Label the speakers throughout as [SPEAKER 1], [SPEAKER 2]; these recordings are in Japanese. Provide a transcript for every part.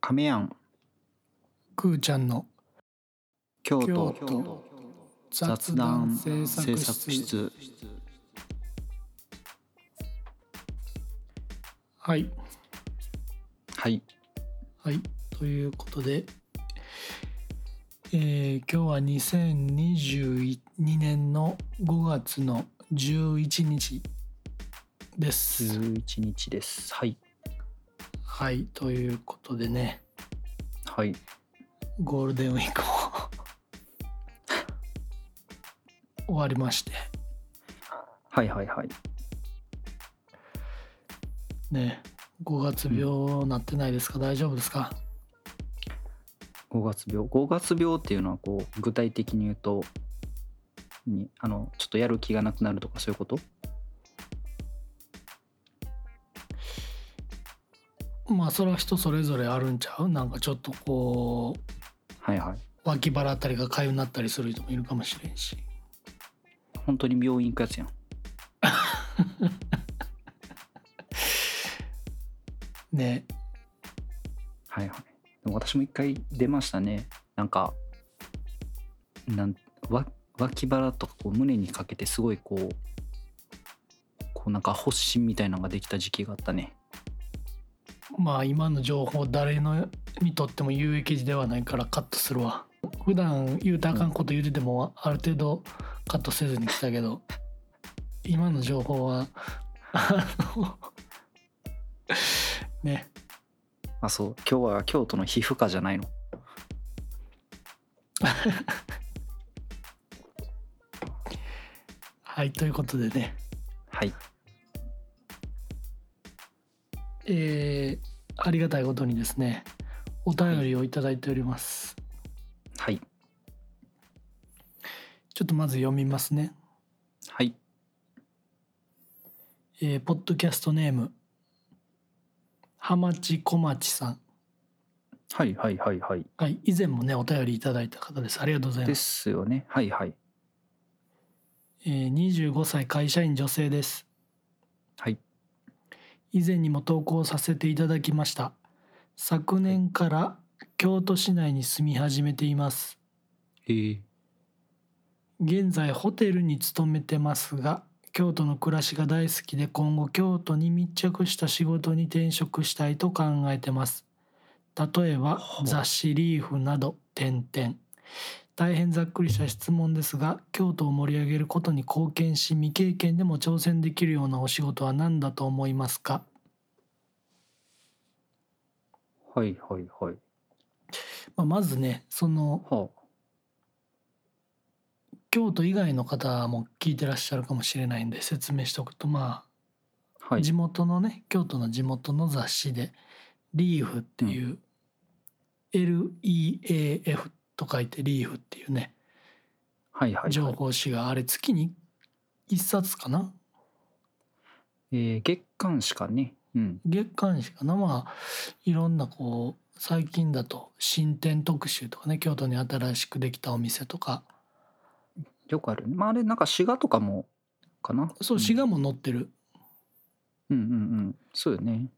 [SPEAKER 1] 亀やん
[SPEAKER 2] くーちゃんの
[SPEAKER 1] 京都
[SPEAKER 2] 京都雑
[SPEAKER 1] 雑
[SPEAKER 2] 談
[SPEAKER 1] 談
[SPEAKER 2] 制
[SPEAKER 1] 制
[SPEAKER 2] 作
[SPEAKER 1] 作
[SPEAKER 2] 室
[SPEAKER 1] 室
[SPEAKER 2] はい
[SPEAKER 1] はい
[SPEAKER 2] はいということで、えー今日は2022年の5月の11日です。
[SPEAKER 1] 11日ですはい
[SPEAKER 2] はいということでね
[SPEAKER 1] はい
[SPEAKER 2] ゴールデンウィークも 終わりまして
[SPEAKER 1] はいはいはい
[SPEAKER 2] ね5月病なってないですか、大丈夫ですか
[SPEAKER 1] 5月病5月病っていうのはこう具体的に言うとにあのちょっとやる気がなくなるとかそういうこと
[SPEAKER 2] まあそれは人それぞれあるんちゃうなんかちょっとこう
[SPEAKER 1] はいはい
[SPEAKER 2] 脇腹あたりが痒になったりする人もいるかもしれんし
[SPEAKER 1] 本当に病院行くやつやん
[SPEAKER 2] ね
[SPEAKER 1] はいはいでも私も一回出ましたねなんかなんわ脇腹とかこう胸にかけてすごいこうこうなんか発疹みたいなのができた時期があったね
[SPEAKER 2] まあ今の情報誰のにとっても有益ではないからカットするわ普段言うたらあかんこと言うててもある程度カットせずに来たけど今の情報はあの ね
[SPEAKER 1] あそう今日は京都の皮膚科じゃないの
[SPEAKER 2] はいということでね
[SPEAKER 1] はい
[SPEAKER 2] えーありがたいことにですねお便りをいただいております
[SPEAKER 1] はい
[SPEAKER 2] ちょっとまず読みますね
[SPEAKER 1] はい
[SPEAKER 2] えーポッドキャストネームハマチ小町さん
[SPEAKER 1] はいはいはいはい
[SPEAKER 2] はい、以前もねお便りいただいた方ですありがとうござい
[SPEAKER 1] で
[SPEAKER 2] ます、
[SPEAKER 1] すよねはいはい
[SPEAKER 2] えー、25歳会社員女性です
[SPEAKER 1] はい
[SPEAKER 2] 以前にも投稿させていただきました昨年から京都市内に住み始めています
[SPEAKER 1] えー、
[SPEAKER 2] 現在ホテルに勤めてますが京都の暮らしが大好きで今後京都に密着した仕事に転職したいと考えてます例えば
[SPEAKER 1] ほう
[SPEAKER 2] 雑誌リーフなど点々大変ざっくりした質問ですが京都を盛り上げることに貢献し未経験でも挑戦できるようなお仕事は何だと思いますか
[SPEAKER 1] はいはいはい
[SPEAKER 2] まあ、まずねその
[SPEAKER 1] は
[SPEAKER 2] 京都以外の方も聞いてらっしゃるかもしれないんで説明しておくとまあ
[SPEAKER 1] あはい
[SPEAKER 2] 地元のね京都の地元の雑誌で「リーフっていう「LEAF」と書いて「リーフっていうね
[SPEAKER 1] はいはい
[SPEAKER 2] 情
[SPEAKER 1] はい
[SPEAKER 2] 報誌があれ月に1冊かな
[SPEAKER 1] えー、月刊誌かねうん
[SPEAKER 2] 月刊誌かなまあいろんなこう最近だと新店特集とかね京都に新しくできたお店とか
[SPEAKER 1] よくあるねまああれなんか滋賀とかもかな
[SPEAKER 2] そう滋賀も載ってる
[SPEAKER 1] うんうんうんそうよね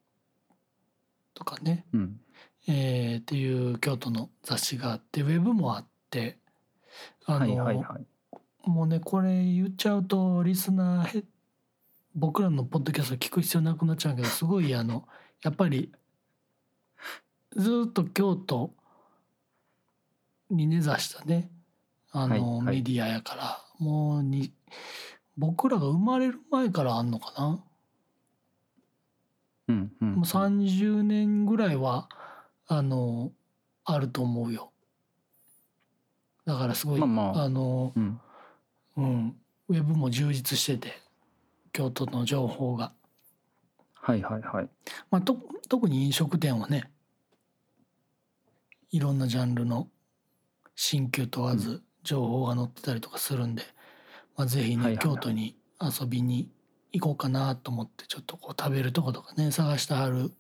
[SPEAKER 2] とかね、
[SPEAKER 1] うん
[SPEAKER 2] えーっていう京都の雑誌があってウェブもあってあの、
[SPEAKER 1] はいはいはい
[SPEAKER 2] もうねこれ言っちゃうとリスナーへ僕らのポッドキャスト聞く必要なくなっちゃうけどすごいあの やっぱりずーっと京都に根ざしたねあの、
[SPEAKER 1] はいはい
[SPEAKER 2] メディアやからもうに僕らが生まれる前からあんのかな、
[SPEAKER 1] うんうん
[SPEAKER 2] もう30年ぐらいはあのあると思うよだからすごい、
[SPEAKER 1] まあまあ
[SPEAKER 2] あの
[SPEAKER 1] うん
[SPEAKER 2] うん、ウェブも充実してて京都の情報が、
[SPEAKER 1] はいはいはい
[SPEAKER 2] まあ、と特に飲食店はねいろんなジャンルの新旧問わ
[SPEAKER 1] う
[SPEAKER 2] ず情報が載ってたりとかするんで、まあ、ぜひね、
[SPEAKER 1] はいはいはい
[SPEAKER 2] 京都に遊びに行こうかなと思ってちょっとこう食べるとことかね探してはる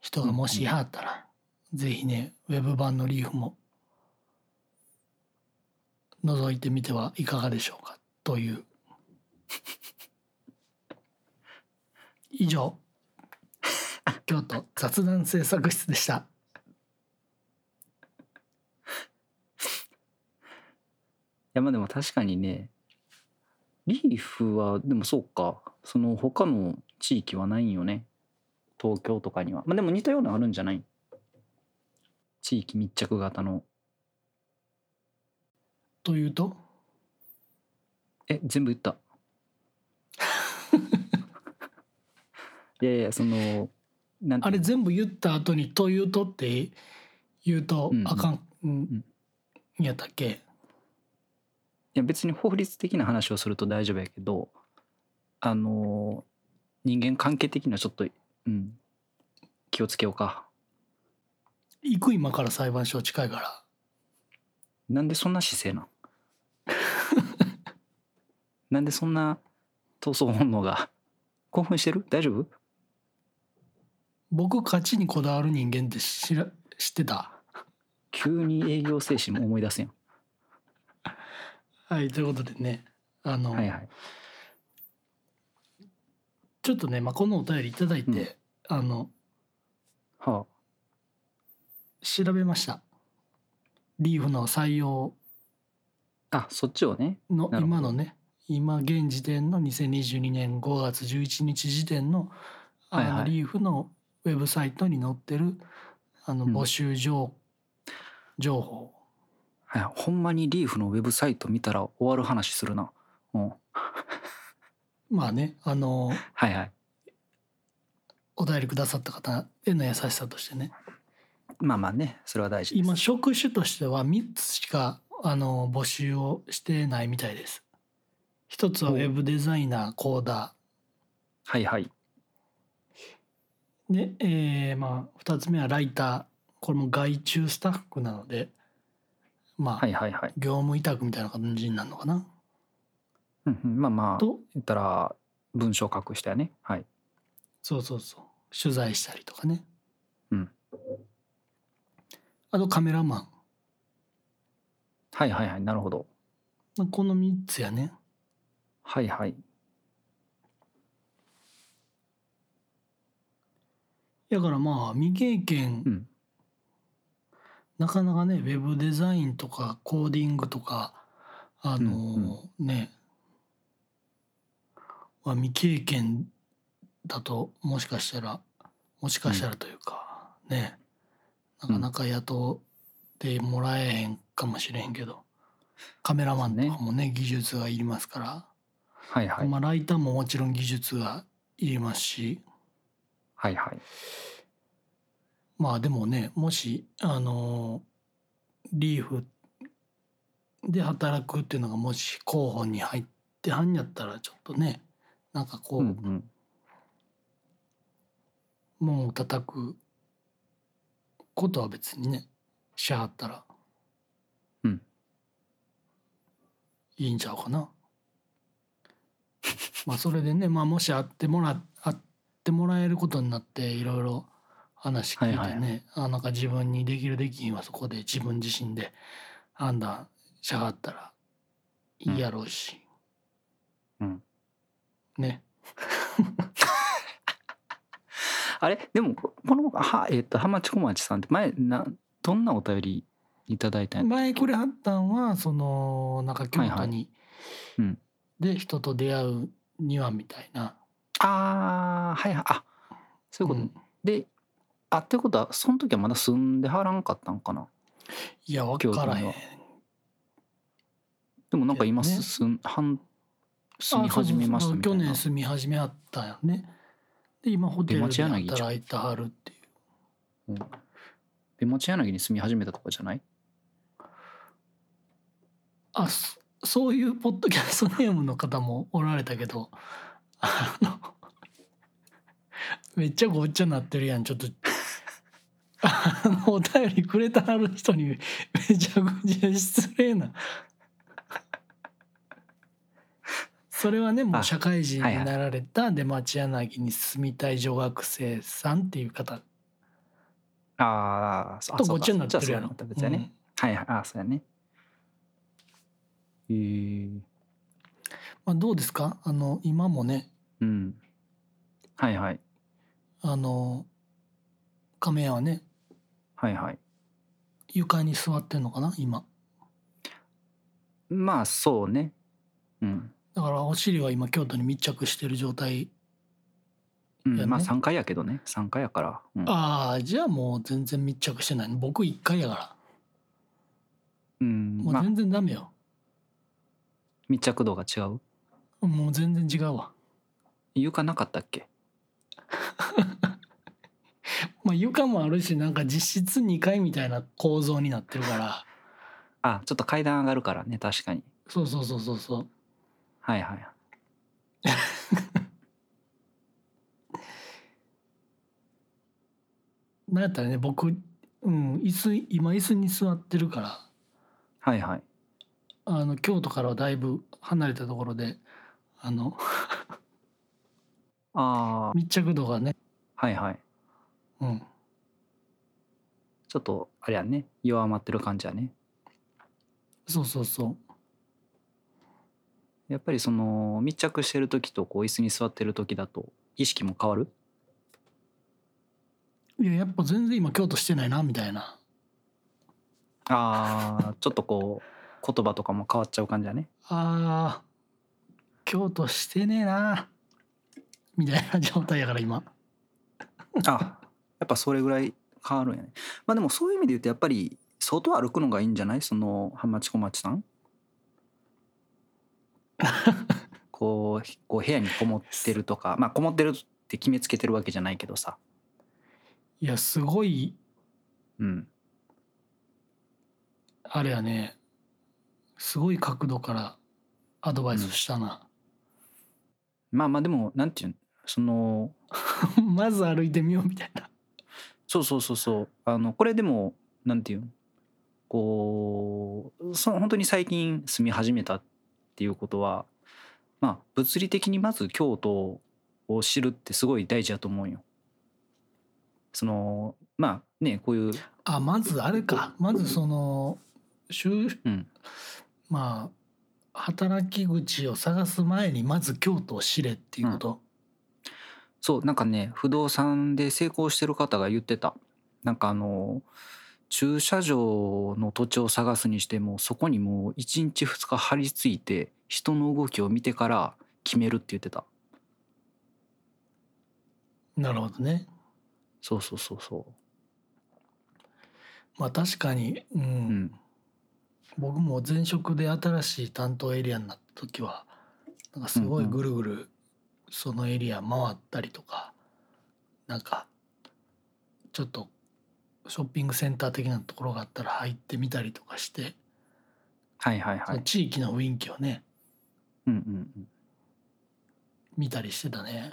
[SPEAKER 2] 人がもしいはったら、ぜひねウェブ版のリーフも覗いてみてはいかがでしょうかという以上京都雑談制作室でした。
[SPEAKER 1] やまあでも確かにねリーフはでもそうかその他の地域はないんよね東京とかにはまあでも似たようなのあるんじゃない地域密着型の
[SPEAKER 2] というと
[SPEAKER 1] え全部言った いやいやそのなんて
[SPEAKER 2] あれ全部言った後に「というと」って言うと
[SPEAKER 1] うんうん
[SPEAKER 2] あかん、うんやったっけ
[SPEAKER 1] いや別に法律的な話をすると大丈夫やけどあの人間関係的にはちょっと、うん、気をつけようか
[SPEAKER 2] 行く今から裁判所近いから
[SPEAKER 1] なんでそんな姿勢なん なんでそんな闘争本能が興奮してる大丈夫
[SPEAKER 2] 僕勝ちにこだわる人間って知ら知ってた
[SPEAKER 1] 急に営業精神も思い出すやん
[SPEAKER 2] はいということでねあの、
[SPEAKER 1] はいはい
[SPEAKER 2] ちょっとね、まあ、このお便りいただいて、あの
[SPEAKER 1] はあ
[SPEAKER 2] 調べましたリーフの採用
[SPEAKER 1] あそっちをね
[SPEAKER 2] の
[SPEAKER 1] なるほど
[SPEAKER 2] 今のね今現時点の2022年5月11日時点のあの、
[SPEAKER 1] はいはい
[SPEAKER 2] リーフのウェブサイトに載ってるあの
[SPEAKER 1] うん
[SPEAKER 2] 募集情,、情報
[SPEAKER 1] はいほんまにリーフのウェブサイト見たら終わる話するなうん
[SPEAKER 2] まあねあの
[SPEAKER 1] はいはい
[SPEAKER 2] お便りくださった方への優しさとしてね
[SPEAKER 1] まあまあねそれは大事です
[SPEAKER 2] 今職種としては3つしかあの募集をしてないみたいです一つはウェブデザイナーコーダ
[SPEAKER 1] はいはい
[SPEAKER 2] ーで、えーまあ、2つ目はライターこれも外注スタッフなのでまあ、
[SPEAKER 1] はいはいはい
[SPEAKER 2] 業務委託みたいな感じになるのかな
[SPEAKER 1] うんうんまあまあ
[SPEAKER 2] と
[SPEAKER 1] 言ったら文章書く人やねはい
[SPEAKER 2] そうそうそう取材したりとかね
[SPEAKER 1] うん
[SPEAKER 2] あとカメラマ
[SPEAKER 1] はいはいはいなるほど
[SPEAKER 2] ンこの3つやね
[SPEAKER 1] はいはい
[SPEAKER 2] だからまあ未経験、
[SPEAKER 1] うん
[SPEAKER 2] なかなかねウェブデザインとかコーディングとかあのーねは未経験だともしかしたらもしかしたらというか、ねなかなか雇ってもらえへんかもしれへんけどカメラマンとかもね技術がいりますから、
[SPEAKER 1] はいはい
[SPEAKER 2] まあ、ライターももちろん技術がいりますし
[SPEAKER 1] はいはい
[SPEAKER 2] まあでもねもしあのリーフで働くっていうのがもし候補に入ってはんやったらちょっとねなんかこう、
[SPEAKER 1] うんうん
[SPEAKER 2] 門を叩くことは別にねしはったら、
[SPEAKER 1] うん、
[SPEAKER 2] いいんちゃうかな。 まあそれでね、まあ、もし会ってもら会ってもらえることになっていろいろ話聞いてね、
[SPEAKER 1] はいは
[SPEAKER 2] あなんか自分にできるできひんはそこで自分自身で判断しはったらいいやろうし、
[SPEAKER 1] うん
[SPEAKER 2] ね
[SPEAKER 1] あれでもここのはえっ、と浜地小町さんって前などんなお便りいただいたんや
[SPEAKER 2] 前くれはったんはそのなんか京
[SPEAKER 1] はいは
[SPEAKER 2] 都
[SPEAKER 1] い
[SPEAKER 2] に
[SPEAKER 1] うん
[SPEAKER 2] で人と出会うにはみたいな、
[SPEAKER 1] あーはいはいあそういうこと、
[SPEAKER 2] うん
[SPEAKER 1] であってことはその時はまだ住んではらんかったんかない
[SPEAKER 2] や分から
[SPEAKER 1] 京都
[SPEAKER 2] へ
[SPEAKER 1] に
[SPEAKER 2] ん
[SPEAKER 1] はでもなんか今
[SPEAKER 2] いやね
[SPEAKER 1] す、ん半住み始めましたみたいな
[SPEAKER 2] あそうそうそう去年住み始めはったんよねで今ホテル
[SPEAKER 1] 出
[SPEAKER 2] で
[SPEAKER 1] 町柳
[SPEAKER 2] 働いてはるっていう
[SPEAKER 1] うん出町柳に住み始めたとかじゃない
[SPEAKER 2] あそそういうポッドキャストネームの方もおられたけどあのめっちゃごっちゃなってるやんちょっとあのお便りくれたはる人にめちゃくちゃ失礼なそれはねもう
[SPEAKER 1] あ
[SPEAKER 2] 社会人
[SPEAKER 1] はいは
[SPEAKER 2] に
[SPEAKER 1] い
[SPEAKER 2] なられた出町柳に住みたい女学生さんっていう方
[SPEAKER 1] あーそあ
[SPEAKER 2] と
[SPEAKER 1] そ
[SPEAKER 2] ご
[SPEAKER 1] う
[SPEAKER 2] っ
[SPEAKER 1] か
[SPEAKER 2] ちゃになってるや
[SPEAKER 1] じゃあそう
[SPEAKER 2] ろ
[SPEAKER 1] また別やね、
[SPEAKER 2] うん
[SPEAKER 1] はいはいあそうやねえー、
[SPEAKER 2] まあ、どうですかあの今もね
[SPEAKER 1] うんはいはい
[SPEAKER 2] あの亀屋はね
[SPEAKER 1] はいはい
[SPEAKER 2] 床に座ってんのかな今
[SPEAKER 1] まあそうねうん、
[SPEAKER 2] だからお尻は今京都に密着してる状態
[SPEAKER 1] うん
[SPEAKER 2] いやね
[SPEAKER 1] まあ3回やけどね3回やから、うん
[SPEAKER 2] ああじゃあもう全然密着してない僕1回やか
[SPEAKER 1] うん
[SPEAKER 2] らも
[SPEAKER 1] ま
[SPEAKER 2] う
[SPEAKER 1] あ
[SPEAKER 2] 全然ダメよ、
[SPEAKER 1] 密着度が違う
[SPEAKER 2] もう全然違うわ
[SPEAKER 1] 床なかったっけ
[SPEAKER 2] まあ床もあるしなんか実質2階みたいな構造になってるから
[SPEAKER 1] あちょっと階段上がるからね確かに
[SPEAKER 2] そうそうそうそうそう
[SPEAKER 1] はいはい
[SPEAKER 2] なんやったらね僕、うん、椅子今椅子に座ってるから
[SPEAKER 1] はいはい
[SPEAKER 2] あの京都からはだいぶ離れたところであの
[SPEAKER 1] あー
[SPEAKER 2] 密着度がね、
[SPEAKER 1] はいはい
[SPEAKER 2] うん、
[SPEAKER 1] ちょっとあれやね弱まってる感じやね
[SPEAKER 2] そうそうそう
[SPEAKER 1] やっぱりその密着してる時とこう椅子に座ってる時だと意識も変わる
[SPEAKER 2] いややっぱ全然今京都してないなみたいな
[SPEAKER 1] あーちょっとこう言葉とかも変わっちゃう感じだね
[SPEAKER 2] あー京都してねえなみたいな状態やから今
[SPEAKER 1] あやっぱそれぐらい変わるんやねまあでもそういう意味で言うとやっぱり外歩くのがいいんじゃないその浜地小町さんこうひこう部屋にこもってるとかまあこもってるって決めつけてるわけじゃないけどさ
[SPEAKER 2] いやすごい
[SPEAKER 1] うん
[SPEAKER 2] あれやねすごい角度からアドバイスしたな、
[SPEAKER 1] まあまあでもなんていうんその
[SPEAKER 2] まず歩いてみようみたいな
[SPEAKER 1] そうそうそうそうあのこれでもなんていうんこうその本当に最近住み始めたっていうことはまあ物理的にまず京都を知るってすごい大事だと思うよ。そのまあねこういう
[SPEAKER 2] あまずあれかまずその就
[SPEAKER 1] うん
[SPEAKER 2] まあ働き口を探す前にまず京都を知れっていうこと、
[SPEAKER 1] そうなんかね不動産で成功してる方が言ってたなんかあの駐車場の土地を探すにしてもそこにもう1日2日張り付いて人の動きを見てから決めるって言ってた
[SPEAKER 2] なるほどね
[SPEAKER 1] そうそうそうそ
[SPEAKER 2] まあ確かに、うん
[SPEAKER 1] ううん
[SPEAKER 2] 僕も前職で新しい担当エリアになった時はなんかすごいぐるぐるそのエリア回ったりとかなんかちょっとショッピングセンター的なところがあったら入ってみたりとかして、
[SPEAKER 1] はいはいは
[SPEAKER 2] その
[SPEAKER 1] い
[SPEAKER 2] 地域の雰囲気をね
[SPEAKER 1] うんうんうん
[SPEAKER 2] 見たりしてたね。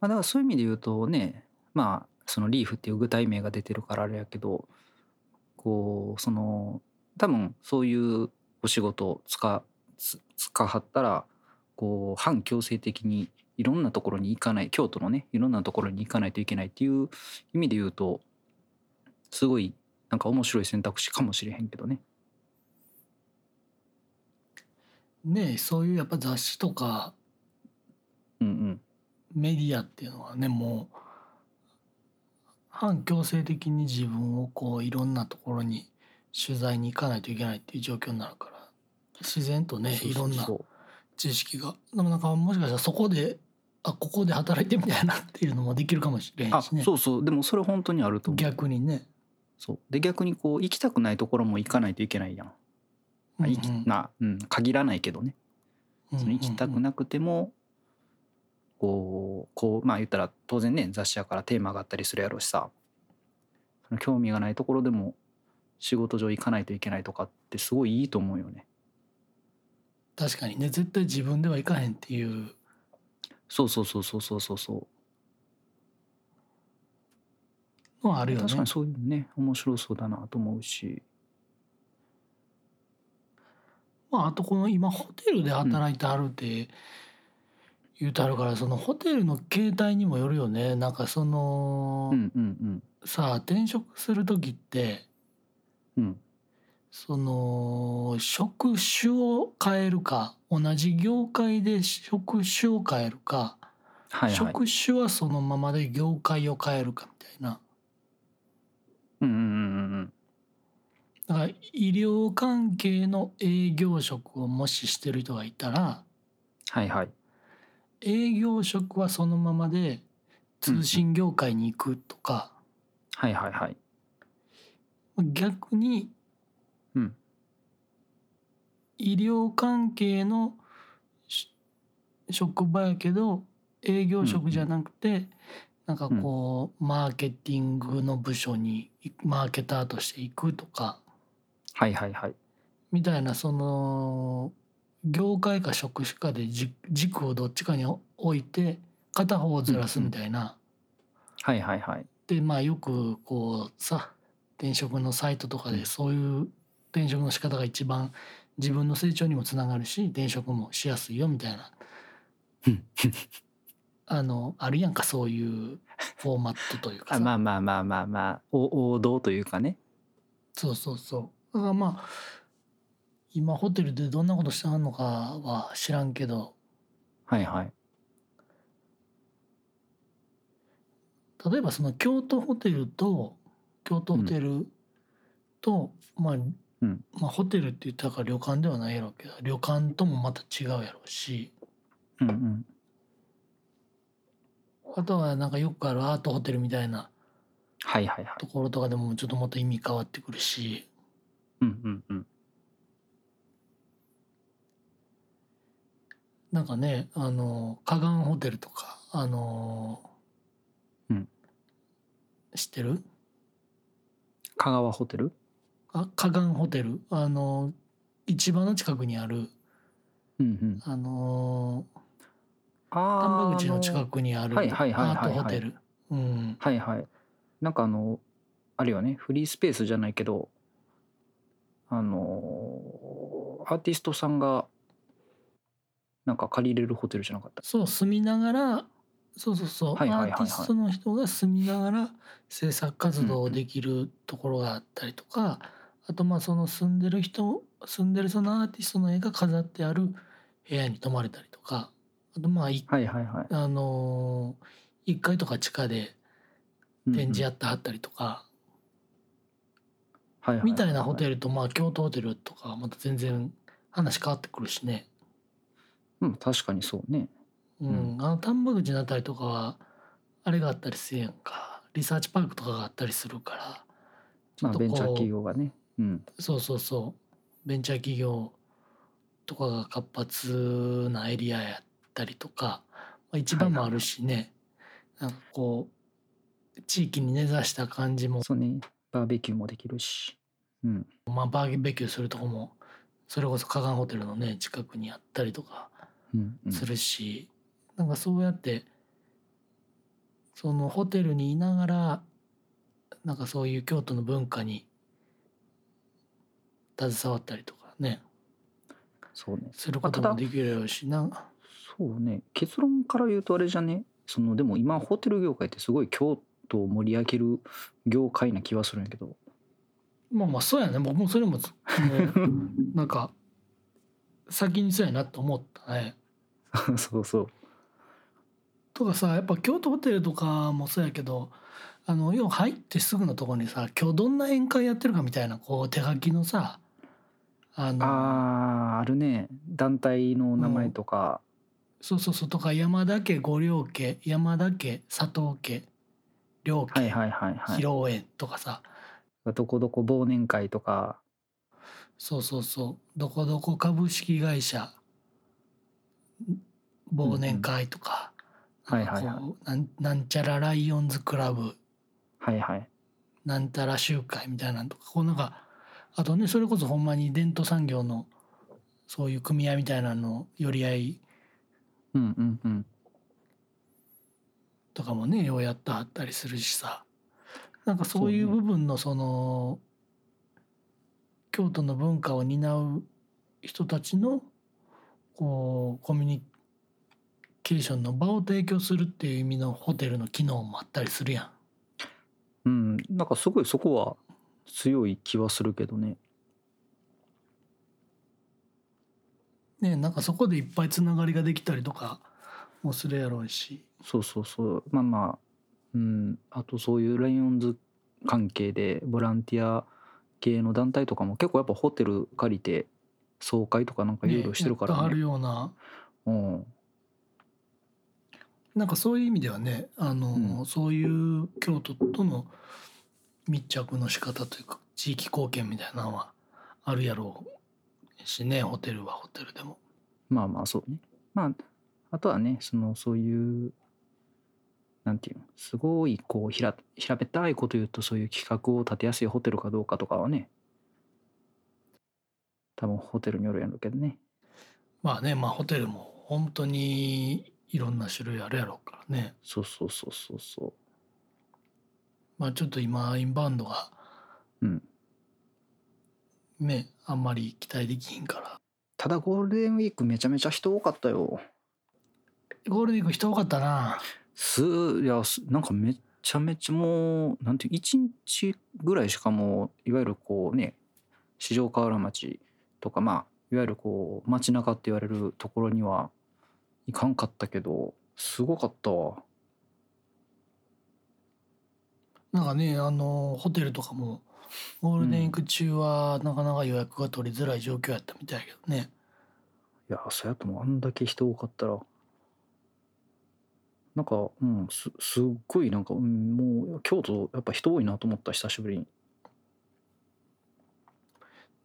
[SPEAKER 1] まあ、だからそういう意味で言うとねまあそのリーフっていう具体名が出てるからあれやけどこうその多分そういうお仕事をつかつつかはったらこう反強制的にいろんなところに行かない京都のねいろんなところに行かないといけないっていう意味で言うとすごいなんか面白い選択肢かもしれへんけどね。
[SPEAKER 2] ねそういうやっぱ雑誌とか
[SPEAKER 1] うんうん、
[SPEAKER 2] メディアっていうのはねもう反強制的に自分をこういろんなところに取材に行かないといけないっていう状況になるから自然とね
[SPEAKER 1] そう
[SPEAKER 2] い
[SPEAKER 1] そ
[SPEAKER 2] ろ
[SPEAKER 1] うん
[SPEAKER 2] な
[SPEAKER 1] そう
[SPEAKER 2] 知識がでもなんかもしかしたらそこであここで働いてみたいなっていうのもできるかもしれん
[SPEAKER 1] あ
[SPEAKER 2] しね
[SPEAKER 1] そうそうでもそれ本当にあると思う。
[SPEAKER 2] 逆にね、
[SPEAKER 1] そうで逆にこう行きたくないところも行かないといけないやん。まあ行き
[SPEAKER 2] うんうん
[SPEAKER 1] なうん、限らないけどね
[SPEAKER 2] うん
[SPEAKER 1] そ
[SPEAKER 2] うんう
[SPEAKER 1] の
[SPEAKER 2] ん
[SPEAKER 1] 行きたくなくてもこうこうまあ言ったら当然ね雑誌やからテーマがあったりするやろうしさその興味がないところでも仕事上行かないといけないとかってすごいいいと思うよね。
[SPEAKER 2] 確かにね絶対自分では行かへんっていう
[SPEAKER 1] そうそうそうそうそうそうそう。
[SPEAKER 2] のはあるよね
[SPEAKER 1] 確かにそういうのね面白そうだなと思うし。
[SPEAKER 2] まあ、あとこの今ホテルで働いてあるって言うてあるから、そのホテルの形態にもよるよねなんかその、
[SPEAKER 1] うんうん
[SPEAKER 2] さあ転職する時って
[SPEAKER 1] うんうん。
[SPEAKER 2] その職種を変えるか同じ業界で職種を変えるか、
[SPEAKER 1] はいはい。
[SPEAKER 2] 職種はそのままで業界を変えるかみたいな
[SPEAKER 1] うんうんうんうんうん。
[SPEAKER 2] だから医療関係の営業職をもししてる人がいたら
[SPEAKER 1] はいはい
[SPEAKER 2] 営業職はそのままで通信業界に行くとか、
[SPEAKER 1] はいはいはい
[SPEAKER 2] 逆に
[SPEAKER 1] うん
[SPEAKER 2] 医療関係のし職場やけど営業職じゃなくて、なんかこう、マーケティングの部署にいマーケターとして行くとか
[SPEAKER 1] はいはいはい
[SPEAKER 2] みたいなその業界か職種かでじ軸をどっちかに置いて片方をずらすみたいな。
[SPEAKER 1] はいはいはい
[SPEAKER 2] でまあよくこうさ転職のサイトとかでそういう転職の仕方が一番自分の成長にもつながるし転職もしやすいよみたいな
[SPEAKER 1] うん
[SPEAKER 2] あのあるやんかそういうフォーマットというか
[SPEAKER 1] あ
[SPEAKER 2] さ、
[SPEAKER 1] まあまあまあまあまあお王道というかね
[SPEAKER 2] そうそうそうだからまあ今ホテルでどんなことしてはんのかは知らんけど
[SPEAKER 1] はいはい
[SPEAKER 2] 例えばその京都ホテルと京都ホテルと、まあ、
[SPEAKER 1] うん
[SPEAKER 2] まあホテルって言ったから旅館ではないやろうけど旅館ともまた違うやろうし
[SPEAKER 1] うんうん
[SPEAKER 2] あとはなんかよくあるアートホテルみたいな
[SPEAKER 1] はいはいはい
[SPEAKER 2] ところとかでもちょっともっと意味変わってくるし
[SPEAKER 1] うんうんうん
[SPEAKER 2] なんかねあの河岸ホテルとかあの
[SPEAKER 1] うん
[SPEAKER 2] 知ってる
[SPEAKER 1] 香川ホテル
[SPEAKER 2] あ河岸ホテルあの市場の近くにある
[SPEAKER 1] うんうん
[SPEAKER 2] あの
[SPEAKER 1] あ
[SPEAKER 2] 丹波
[SPEAKER 1] ー
[SPEAKER 2] 口の
[SPEAKER 1] あ
[SPEAKER 2] 近くにあるア
[SPEAKER 1] はいはいはいはいはい
[SPEAKER 2] ートホテル。うん、
[SPEAKER 1] はいはいなんかあのあれよねフリースペースじゃないけどあのアーティストさんがなんか借りれるホテルじゃなかった
[SPEAKER 2] そう住みながらそうそうそう、
[SPEAKER 1] はいはいはいはい
[SPEAKER 2] アーティストの人が住みながら制作活動をできるところがあったりとか、あとまあその住んでる人住んでるそのアーティストの絵が飾ってある部屋に泊まれたりとかあとまあ、い
[SPEAKER 1] はいはいはい
[SPEAKER 2] あのー、1階とか地下で
[SPEAKER 1] うんうん
[SPEAKER 2] 展示やってはったりとか、
[SPEAKER 1] はいはい
[SPEAKER 2] みたいなホテ
[SPEAKER 1] ル
[SPEAKER 2] ルとまあ京都ホテルとかはまた全然話変わってくるしね。
[SPEAKER 1] うん確かにそうね
[SPEAKER 2] うん、あの丹波口のあたりとかはあれがあったりするやんかリサーチパークとかがあったりするからちょ
[SPEAKER 1] ま
[SPEAKER 2] っ
[SPEAKER 1] あ
[SPEAKER 2] と
[SPEAKER 1] ベンチャー
[SPEAKER 2] こ
[SPEAKER 1] 企業がねうん
[SPEAKER 2] うそうそうそうベンチャー企業とかが活発なエリアやったりとか、まあ、市場もあるしね、なんかこう地域に根ざした感じも、
[SPEAKER 1] そうねバーベキューもできるしうん
[SPEAKER 2] まあ、バーベキューするとこもそれこそ河岸ホテルのね近くにあったりとか。
[SPEAKER 1] うんうん
[SPEAKER 2] するし、なんかそうやってそのホテルにいながらなんかそういう京都の文化に携わったりとかね
[SPEAKER 1] そうね
[SPEAKER 2] すること
[SPEAKER 1] まあ
[SPEAKER 2] も
[SPEAKER 1] た
[SPEAKER 2] できるやろうしな
[SPEAKER 1] そうね結論から言うとあれじゃねそのでも今ホテル業界ってすごい京都を盛り上げる業界な気はするんやけど
[SPEAKER 2] まあまあそうやね僕もそれもねなんか先にそうやなと思ったね。
[SPEAKER 1] そうそう
[SPEAKER 2] とかさやっぱ京都ホテルとかもそうやけどあの要は入ってすぐのところにさ今日どんな宴会やってるかみたいなこう手書きのさあの
[SPEAKER 1] あーあるね団体の名前とか、
[SPEAKER 2] そうそうそうとか山田家五稜家山田家佐藤家両家、
[SPEAKER 1] はいはいはいはい
[SPEAKER 2] 披露宴とかさ
[SPEAKER 1] どこどこ忘年会とか
[SPEAKER 2] そうそうそうどこどこ株式会社忘年会とか、
[SPEAKER 1] うんうん
[SPEAKER 2] なんか
[SPEAKER 1] は
[SPEAKER 2] こう
[SPEAKER 1] いはい
[SPEAKER 2] なんなんちゃらライオンズクラブ
[SPEAKER 1] はいはい
[SPEAKER 2] なんたら集会みたいなのとかこうなんかあとねそれこそほんまに伝統産業のそういう組合みたいなの寄り合い
[SPEAKER 1] うんうんうん
[SPEAKER 2] とかもねようやってはったりするしさなんかそういう
[SPEAKER 1] そうね
[SPEAKER 2] 部分のその京都の文化を担う人たちのこうコミュニケーションの場を提供するっていう意味のホテルの機能もあったりするやん。
[SPEAKER 1] うんなんかすごいそこは強い気はするけどね
[SPEAKER 2] ねなんかそこでいっぱいつながりができたりとかもするやろうし。
[SPEAKER 1] そうそうそうまあまあうんあとそういうライオンズ関係でボランティア系の団体とかも結構やっぱホテル借りて総会とかなんかいろいろしてるか
[SPEAKER 2] や
[SPEAKER 1] ら
[SPEAKER 2] ってはる
[SPEAKER 1] ね。
[SPEAKER 2] ような
[SPEAKER 1] うん
[SPEAKER 2] なんかそういう意味ではねあの、
[SPEAKER 1] うん
[SPEAKER 2] そういう京都との密着の仕方というか地域貢献みたいなのはあるやろうしねホテルはホテルでも。
[SPEAKER 1] まあまあそうね。まああとはねそのそういうなんていうのすごいこうひら平べったいこと言うとそういう企画を立てやすいホテルかどうかとかはね多分ホテルによるやろうけどね。
[SPEAKER 2] まあねまあホテルも本当にいろんな種類あるやろうからね。
[SPEAKER 1] そうそうそうそうそう。
[SPEAKER 2] まあちょっと今インバウンドが
[SPEAKER 1] うん
[SPEAKER 2] ねあんまり期待できひんから。
[SPEAKER 1] ただゴールデンウィークめちゃめちゃ人多かったよ。
[SPEAKER 2] ゴールデンウィーク人多かったな。
[SPEAKER 1] すいやすなんかめちゃめちゃもうなんていう一日ぐらいしかもういわゆるこうね四条河原町とかまあいわゆるこう街中って言われるところには行かんかったけどすごかったわ。
[SPEAKER 2] なんかねあのホテルとかもゴールデンウィーク中はなかなか予約が取りづらい状況やったみたいやけどね。
[SPEAKER 1] いやそうやともうあんだけ人多かったらなんかうんすすっごいなんか、うん、もう京都やっぱ人多いなと思った久しぶりに。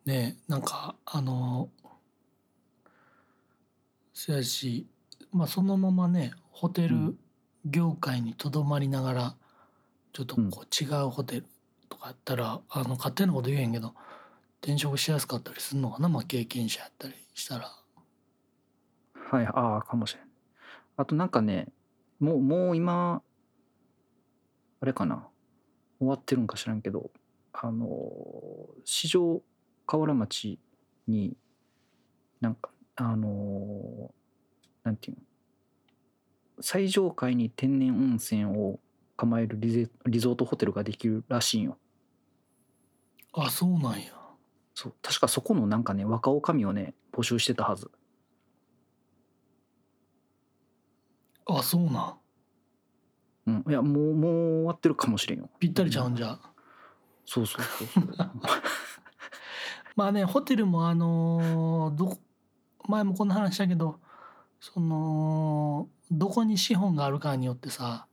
[SPEAKER 2] ねなんかあのそやし、まあ、そのままねホテ
[SPEAKER 1] う
[SPEAKER 2] ル
[SPEAKER 1] ん
[SPEAKER 2] 業界にとどまりながらちょっと
[SPEAKER 1] うん
[SPEAKER 2] こう違うホテルとかやったら、あの勝手なこと言えへんけど転職しやすかったりするのかな、まあ、経験者やったりしたら。
[SPEAKER 1] はい、ああ、かもしれん。あとなんかね、もう、もう今、あれかな、終わってるんか知らんけど、あのー、四条河原町に、なんか、あのー、なんていうの、最上階に天然温泉を構えるリゼリゾートホテルができるらしいんよ。
[SPEAKER 2] あそうなんや。
[SPEAKER 1] そう、確かそこのなんかね、若女将をね、募集してたはず。
[SPEAKER 2] あそうな
[SPEAKER 1] う
[SPEAKER 2] ん。
[SPEAKER 1] ん、いや、もう、もう終わってるかもしれんよ。
[SPEAKER 2] ぴったりちゃうんじゃ。
[SPEAKER 1] そうそうそうそう。
[SPEAKER 2] まあねホテルもあのーどこ前もこの話したけどそのどこに資本があるかによってさ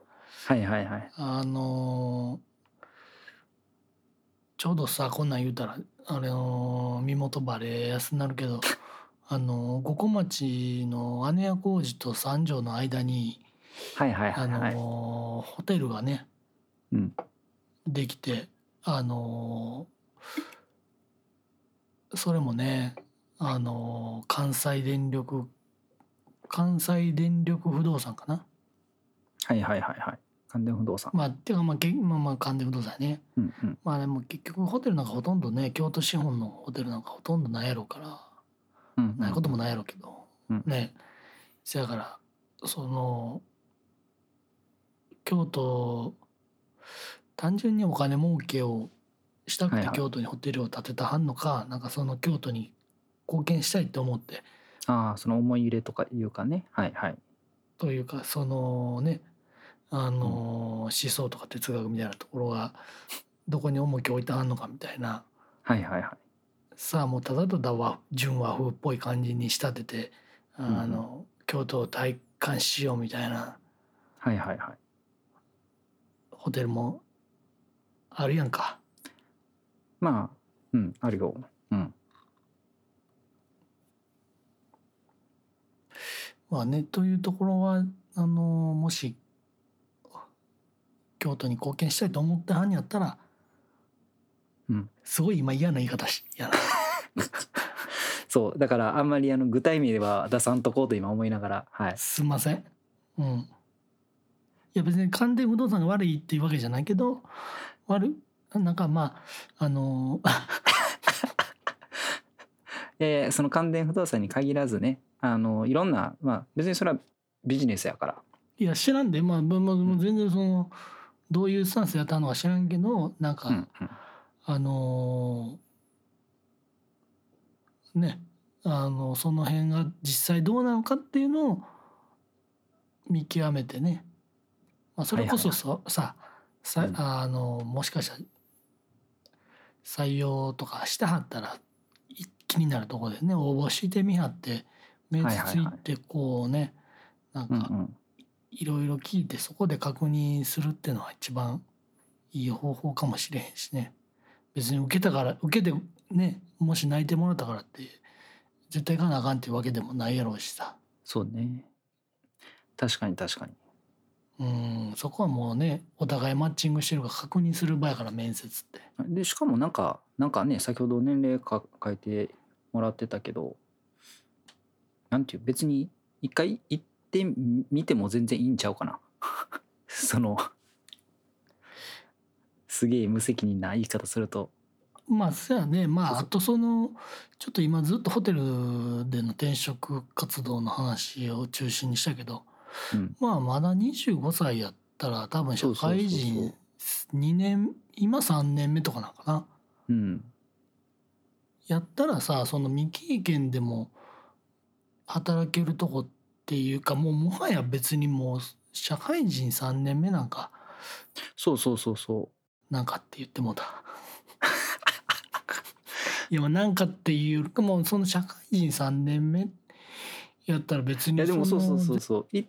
[SPEAKER 1] はいはいはい。
[SPEAKER 2] あのーちょうどさこんなん言うたらあれのー身元バレやすなるけどあのー五湖町の姉屋小路と三条の間に
[SPEAKER 1] はいはいは
[SPEAKER 2] あ
[SPEAKER 1] い
[SPEAKER 2] の
[SPEAKER 1] はい。
[SPEAKER 2] ーホテルがね、
[SPEAKER 1] うん
[SPEAKER 2] できてあのーそれもねあのー関西電力関西電力不動産かな
[SPEAKER 1] はいはいはいはい。関電不動産。
[SPEAKER 2] まあてかまあけまあまあ関電不動産やね
[SPEAKER 1] うんうん。
[SPEAKER 2] まあでも結局ホテルなんかほとんどね京都資本のホテルなんかほとんどないやろうから
[SPEAKER 1] うんうん
[SPEAKER 2] ないこともないやろうけど、
[SPEAKER 1] うん
[SPEAKER 2] ねせやからその京都単純にお金儲けをしたく
[SPEAKER 1] はい
[SPEAKER 2] て
[SPEAKER 1] はい
[SPEAKER 2] 京都にホテルを建てたはんのか、なんかその京都に貢献したいって思って
[SPEAKER 1] ああ、その思い入れとかいうかね。はいはい。
[SPEAKER 2] というかそのねあの、思想とか哲学みたいなところがどこに重きを置いてはんのかみたいな
[SPEAKER 1] はいはいはい。
[SPEAKER 2] さあもうただただ和純和風っぽい感じに仕立ててあの、京都を体感しようみたいな
[SPEAKER 1] はいはいはい。
[SPEAKER 2] ホテルもあるやんか
[SPEAKER 1] まあ、うん、あるよ。うん。
[SPEAKER 2] まあねというところはあのもし京都に貢献したいと思ってはんやったら、
[SPEAKER 1] うん
[SPEAKER 2] すごい今嫌な言い方しやな
[SPEAKER 1] そう、だからあんまりあの具体名では出さんとこうと今思いながら。はい。
[SPEAKER 2] すんませんうんいや別に関連不動産が悪いっていうわけじゃないけど悪いなんかまああの
[SPEAKER 1] いやいや、その関電不動産に限らずね、あの、いろんな、まあ別にそれはビジネスやから。
[SPEAKER 2] いや知らんでまあ、まあまあもう全然そのどういうスタンスやったのか知らんけどなんか、
[SPEAKER 1] うんうん。
[SPEAKER 2] あのーねあのその辺が実際どうなのかっていうのを見極めてね、まあ、それこそそ、ささ、
[SPEAKER 1] うん
[SPEAKER 2] あのもしかしたら採用とかしてはったらい気になるところですね応募してみはって目つついてこうね、
[SPEAKER 1] うんう
[SPEAKER 2] なんか
[SPEAKER 1] ん
[SPEAKER 2] いろいろ聞いてそこで確認するっていうのは一番いい方法かもしれへんしね別に受けたから受けてねもし泣いてもらったからって絶対行かなあかんっていうわけでもないやろうしさ
[SPEAKER 1] そうね確かに確かに
[SPEAKER 2] うんそこはもうねお互いマッチングしてるか確認する場やから面接って。
[SPEAKER 1] でしかもなんかなんかね先ほど年齢か書いてもらってたけどなんていう別に一回行ってみても全然いいんちゃうかな そのすげえ無責任な言い方すると
[SPEAKER 2] まあそうやねま
[SPEAKER 1] そう
[SPEAKER 2] あ
[SPEAKER 1] そ
[SPEAKER 2] あ
[SPEAKER 1] う
[SPEAKER 2] とそのちょっと今ずっとホテルでの転職活動の話を中心にしたけど
[SPEAKER 1] うん
[SPEAKER 2] まあまだ25歳やったら多分社会
[SPEAKER 1] そうそうそう
[SPEAKER 2] 人2年今3年目とかなのかな
[SPEAKER 1] うん
[SPEAKER 2] やったらさその未経験でも働けるとこっていうかもうもはや別にもう社会人3年目なんか
[SPEAKER 1] そうそうそうそ
[SPEAKER 2] なんかって言っても うた。いやまあなんかっていうよりかもうその社会人3年目やったら別
[SPEAKER 1] うい
[SPEAKER 2] に
[SPEAKER 1] やでもそう
[SPEAKER 2] の
[SPEAKER 1] そうそうそうい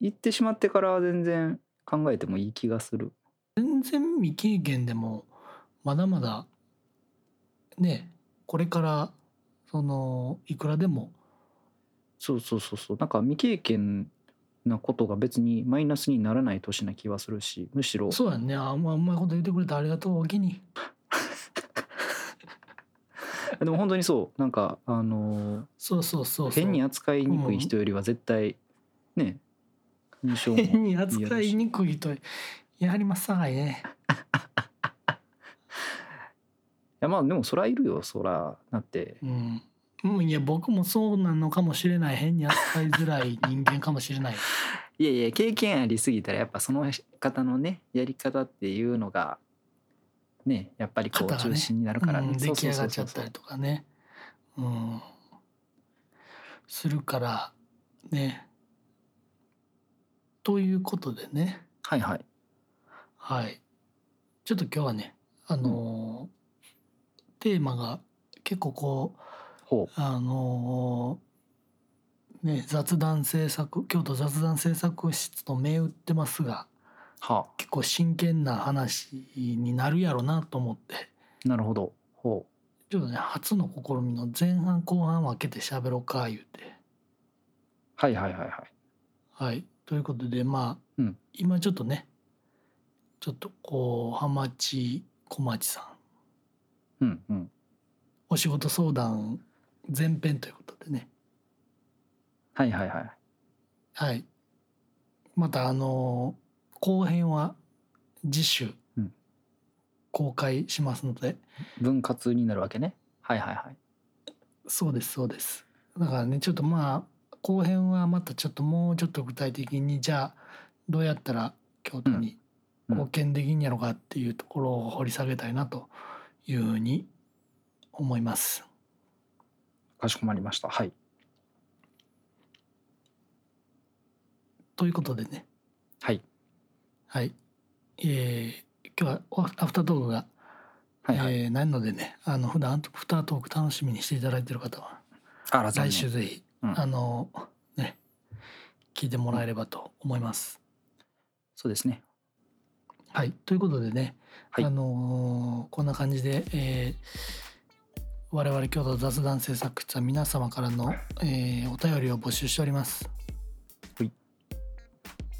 [SPEAKER 1] 行ってしまってからは全然考えてもいい気がする
[SPEAKER 2] 全然未経験でもまだまだねこれからそのいくらでも
[SPEAKER 1] そうそうそうそうなんか未経験なことが別にマイナスにならない年な気はするしむしろ
[SPEAKER 2] そうやんねあんまあうまいこと言ってくれてありがとうお気に
[SPEAKER 1] でも本当にそうなんかあのー
[SPEAKER 2] そうそうそうそう
[SPEAKER 1] 変に扱いにくい人よりは絶対ね印象も
[SPEAKER 2] 変に扱いにくい人やりますさいね
[SPEAKER 1] いやまあでもそらいるよそらだって
[SPEAKER 2] うんうんいや僕もそうなのかもしれない変に扱いづらい人間かもしれない
[SPEAKER 1] いやいや経験ありすぎたらやっぱその方のねやり方っていうのがねやっぱりこう
[SPEAKER 2] 型
[SPEAKER 1] 中
[SPEAKER 2] がね
[SPEAKER 1] 心になるから
[SPEAKER 2] う
[SPEAKER 1] ね
[SPEAKER 2] ん、出
[SPEAKER 1] そう
[SPEAKER 2] 来
[SPEAKER 1] そう
[SPEAKER 2] 上が
[SPEAKER 1] そ
[SPEAKER 2] っ
[SPEAKER 1] う
[SPEAKER 2] ち
[SPEAKER 1] そ
[SPEAKER 2] ゃ
[SPEAKER 1] う
[SPEAKER 2] ったりとかねうんするからねということでね
[SPEAKER 1] はいはい
[SPEAKER 2] はいちょっと今日はねあのーテーマが結構こう
[SPEAKER 1] ほう
[SPEAKER 2] あのーね雑談制作京都雑談制作室と銘打ってますが
[SPEAKER 1] は
[SPEAKER 2] 結構真剣な話になるやろなと思って
[SPEAKER 1] あなるほどほう
[SPEAKER 2] ちょっとね初の試みの前半後半分けて喋ろうか言うて
[SPEAKER 1] はいはいはいはい
[SPEAKER 2] はいということでまあ、
[SPEAKER 1] うん
[SPEAKER 2] 今ちょっとねちょっとこう浜地小町さ
[SPEAKER 1] う
[SPEAKER 2] ん
[SPEAKER 1] んうん
[SPEAKER 2] お仕事相談前編ということでね
[SPEAKER 1] はいはいはい
[SPEAKER 2] はいまたあの後編は次週
[SPEAKER 1] うん
[SPEAKER 2] 公開しますので、
[SPEAKER 1] 分割になるわけねはいはいはい
[SPEAKER 2] そうですそうですだからねちょっとまあ後編はまたちょっともうちょっと具体的にじゃあどうやったら京都に
[SPEAKER 1] うんうん
[SPEAKER 2] 貢献できんやろかっていうところを掘り下げたいなというふうに思います。
[SPEAKER 1] かしこまりましたはい
[SPEAKER 2] ということでね
[SPEAKER 1] はい
[SPEAKER 2] はいえー今日はおアフタートークが、
[SPEAKER 1] はいはい、
[SPEAKER 2] えーないのでねあの普段アフタートーク楽しみにしていただいてる方は
[SPEAKER 1] あら残
[SPEAKER 2] 来
[SPEAKER 1] 念
[SPEAKER 2] 週ぜひ、
[SPEAKER 1] うん
[SPEAKER 2] あのね聞いてもらえればと思います。
[SPEAKER 1] そうですね
[SPEAKER 2] はい、ということでね、
[SPEAKER 1] はい
[SPEAKER 2] あのーこんな感じで、えー我々京都雑談制作室は皆様からの、えーお便りを募集しております。
[SPEAKER 1] はい、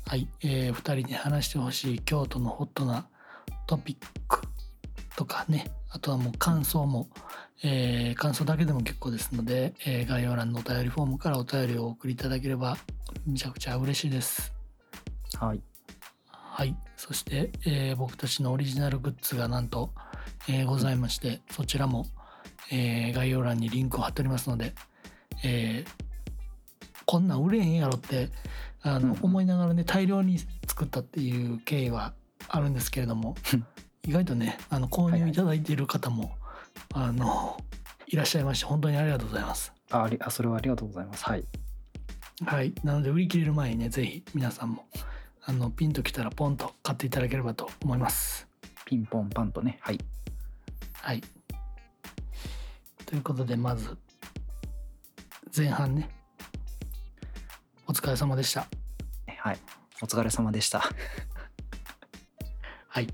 [SPEAKER 2] はいえ2人に話してほしい京都のホットなトピックとかねあとはもう感想も、えー感想だけでも結構ですので、えー概要欄のお便りフォームからお便りをお送りいただければめちゃくちゃ嬉しいです。
[SPEAKER 1] はい
[SPEAKER 2] はい、そして、えー僕たちのオリジナルグッズがなんと、えーございましてそちらも、えー概要欄にリンクを貼っておりますので、えーこんなん売れへんやろってあの、
[SPEAKER 1] うん
[SPEAKER 2] 思いながらね大量に作ったっていう経緯はあるんですけれども意外とねあの購
[SPEAKER 1] はいは
[SPEAKER 2] 入
[SPEAKER 1] い
[SPEAKER 2] いただいている方も、あのいらっしゃいまして本当にありがとうございます。
[SPEAKER 1] あありあそれはありがとうございますはい
[SPEAKER 2] はい、なので売り切れる前にねぜひ皆さんもあのピンときたらポンと買っていただければと思います。
[SPEAKER 1] ピンポンパンとねはい
[SPEAKER 2] はい。ということでまず前半ねお疲れ様でした。
[SPEAKER 1] はいお疲れ様でした
[SPEAKER 2] はい。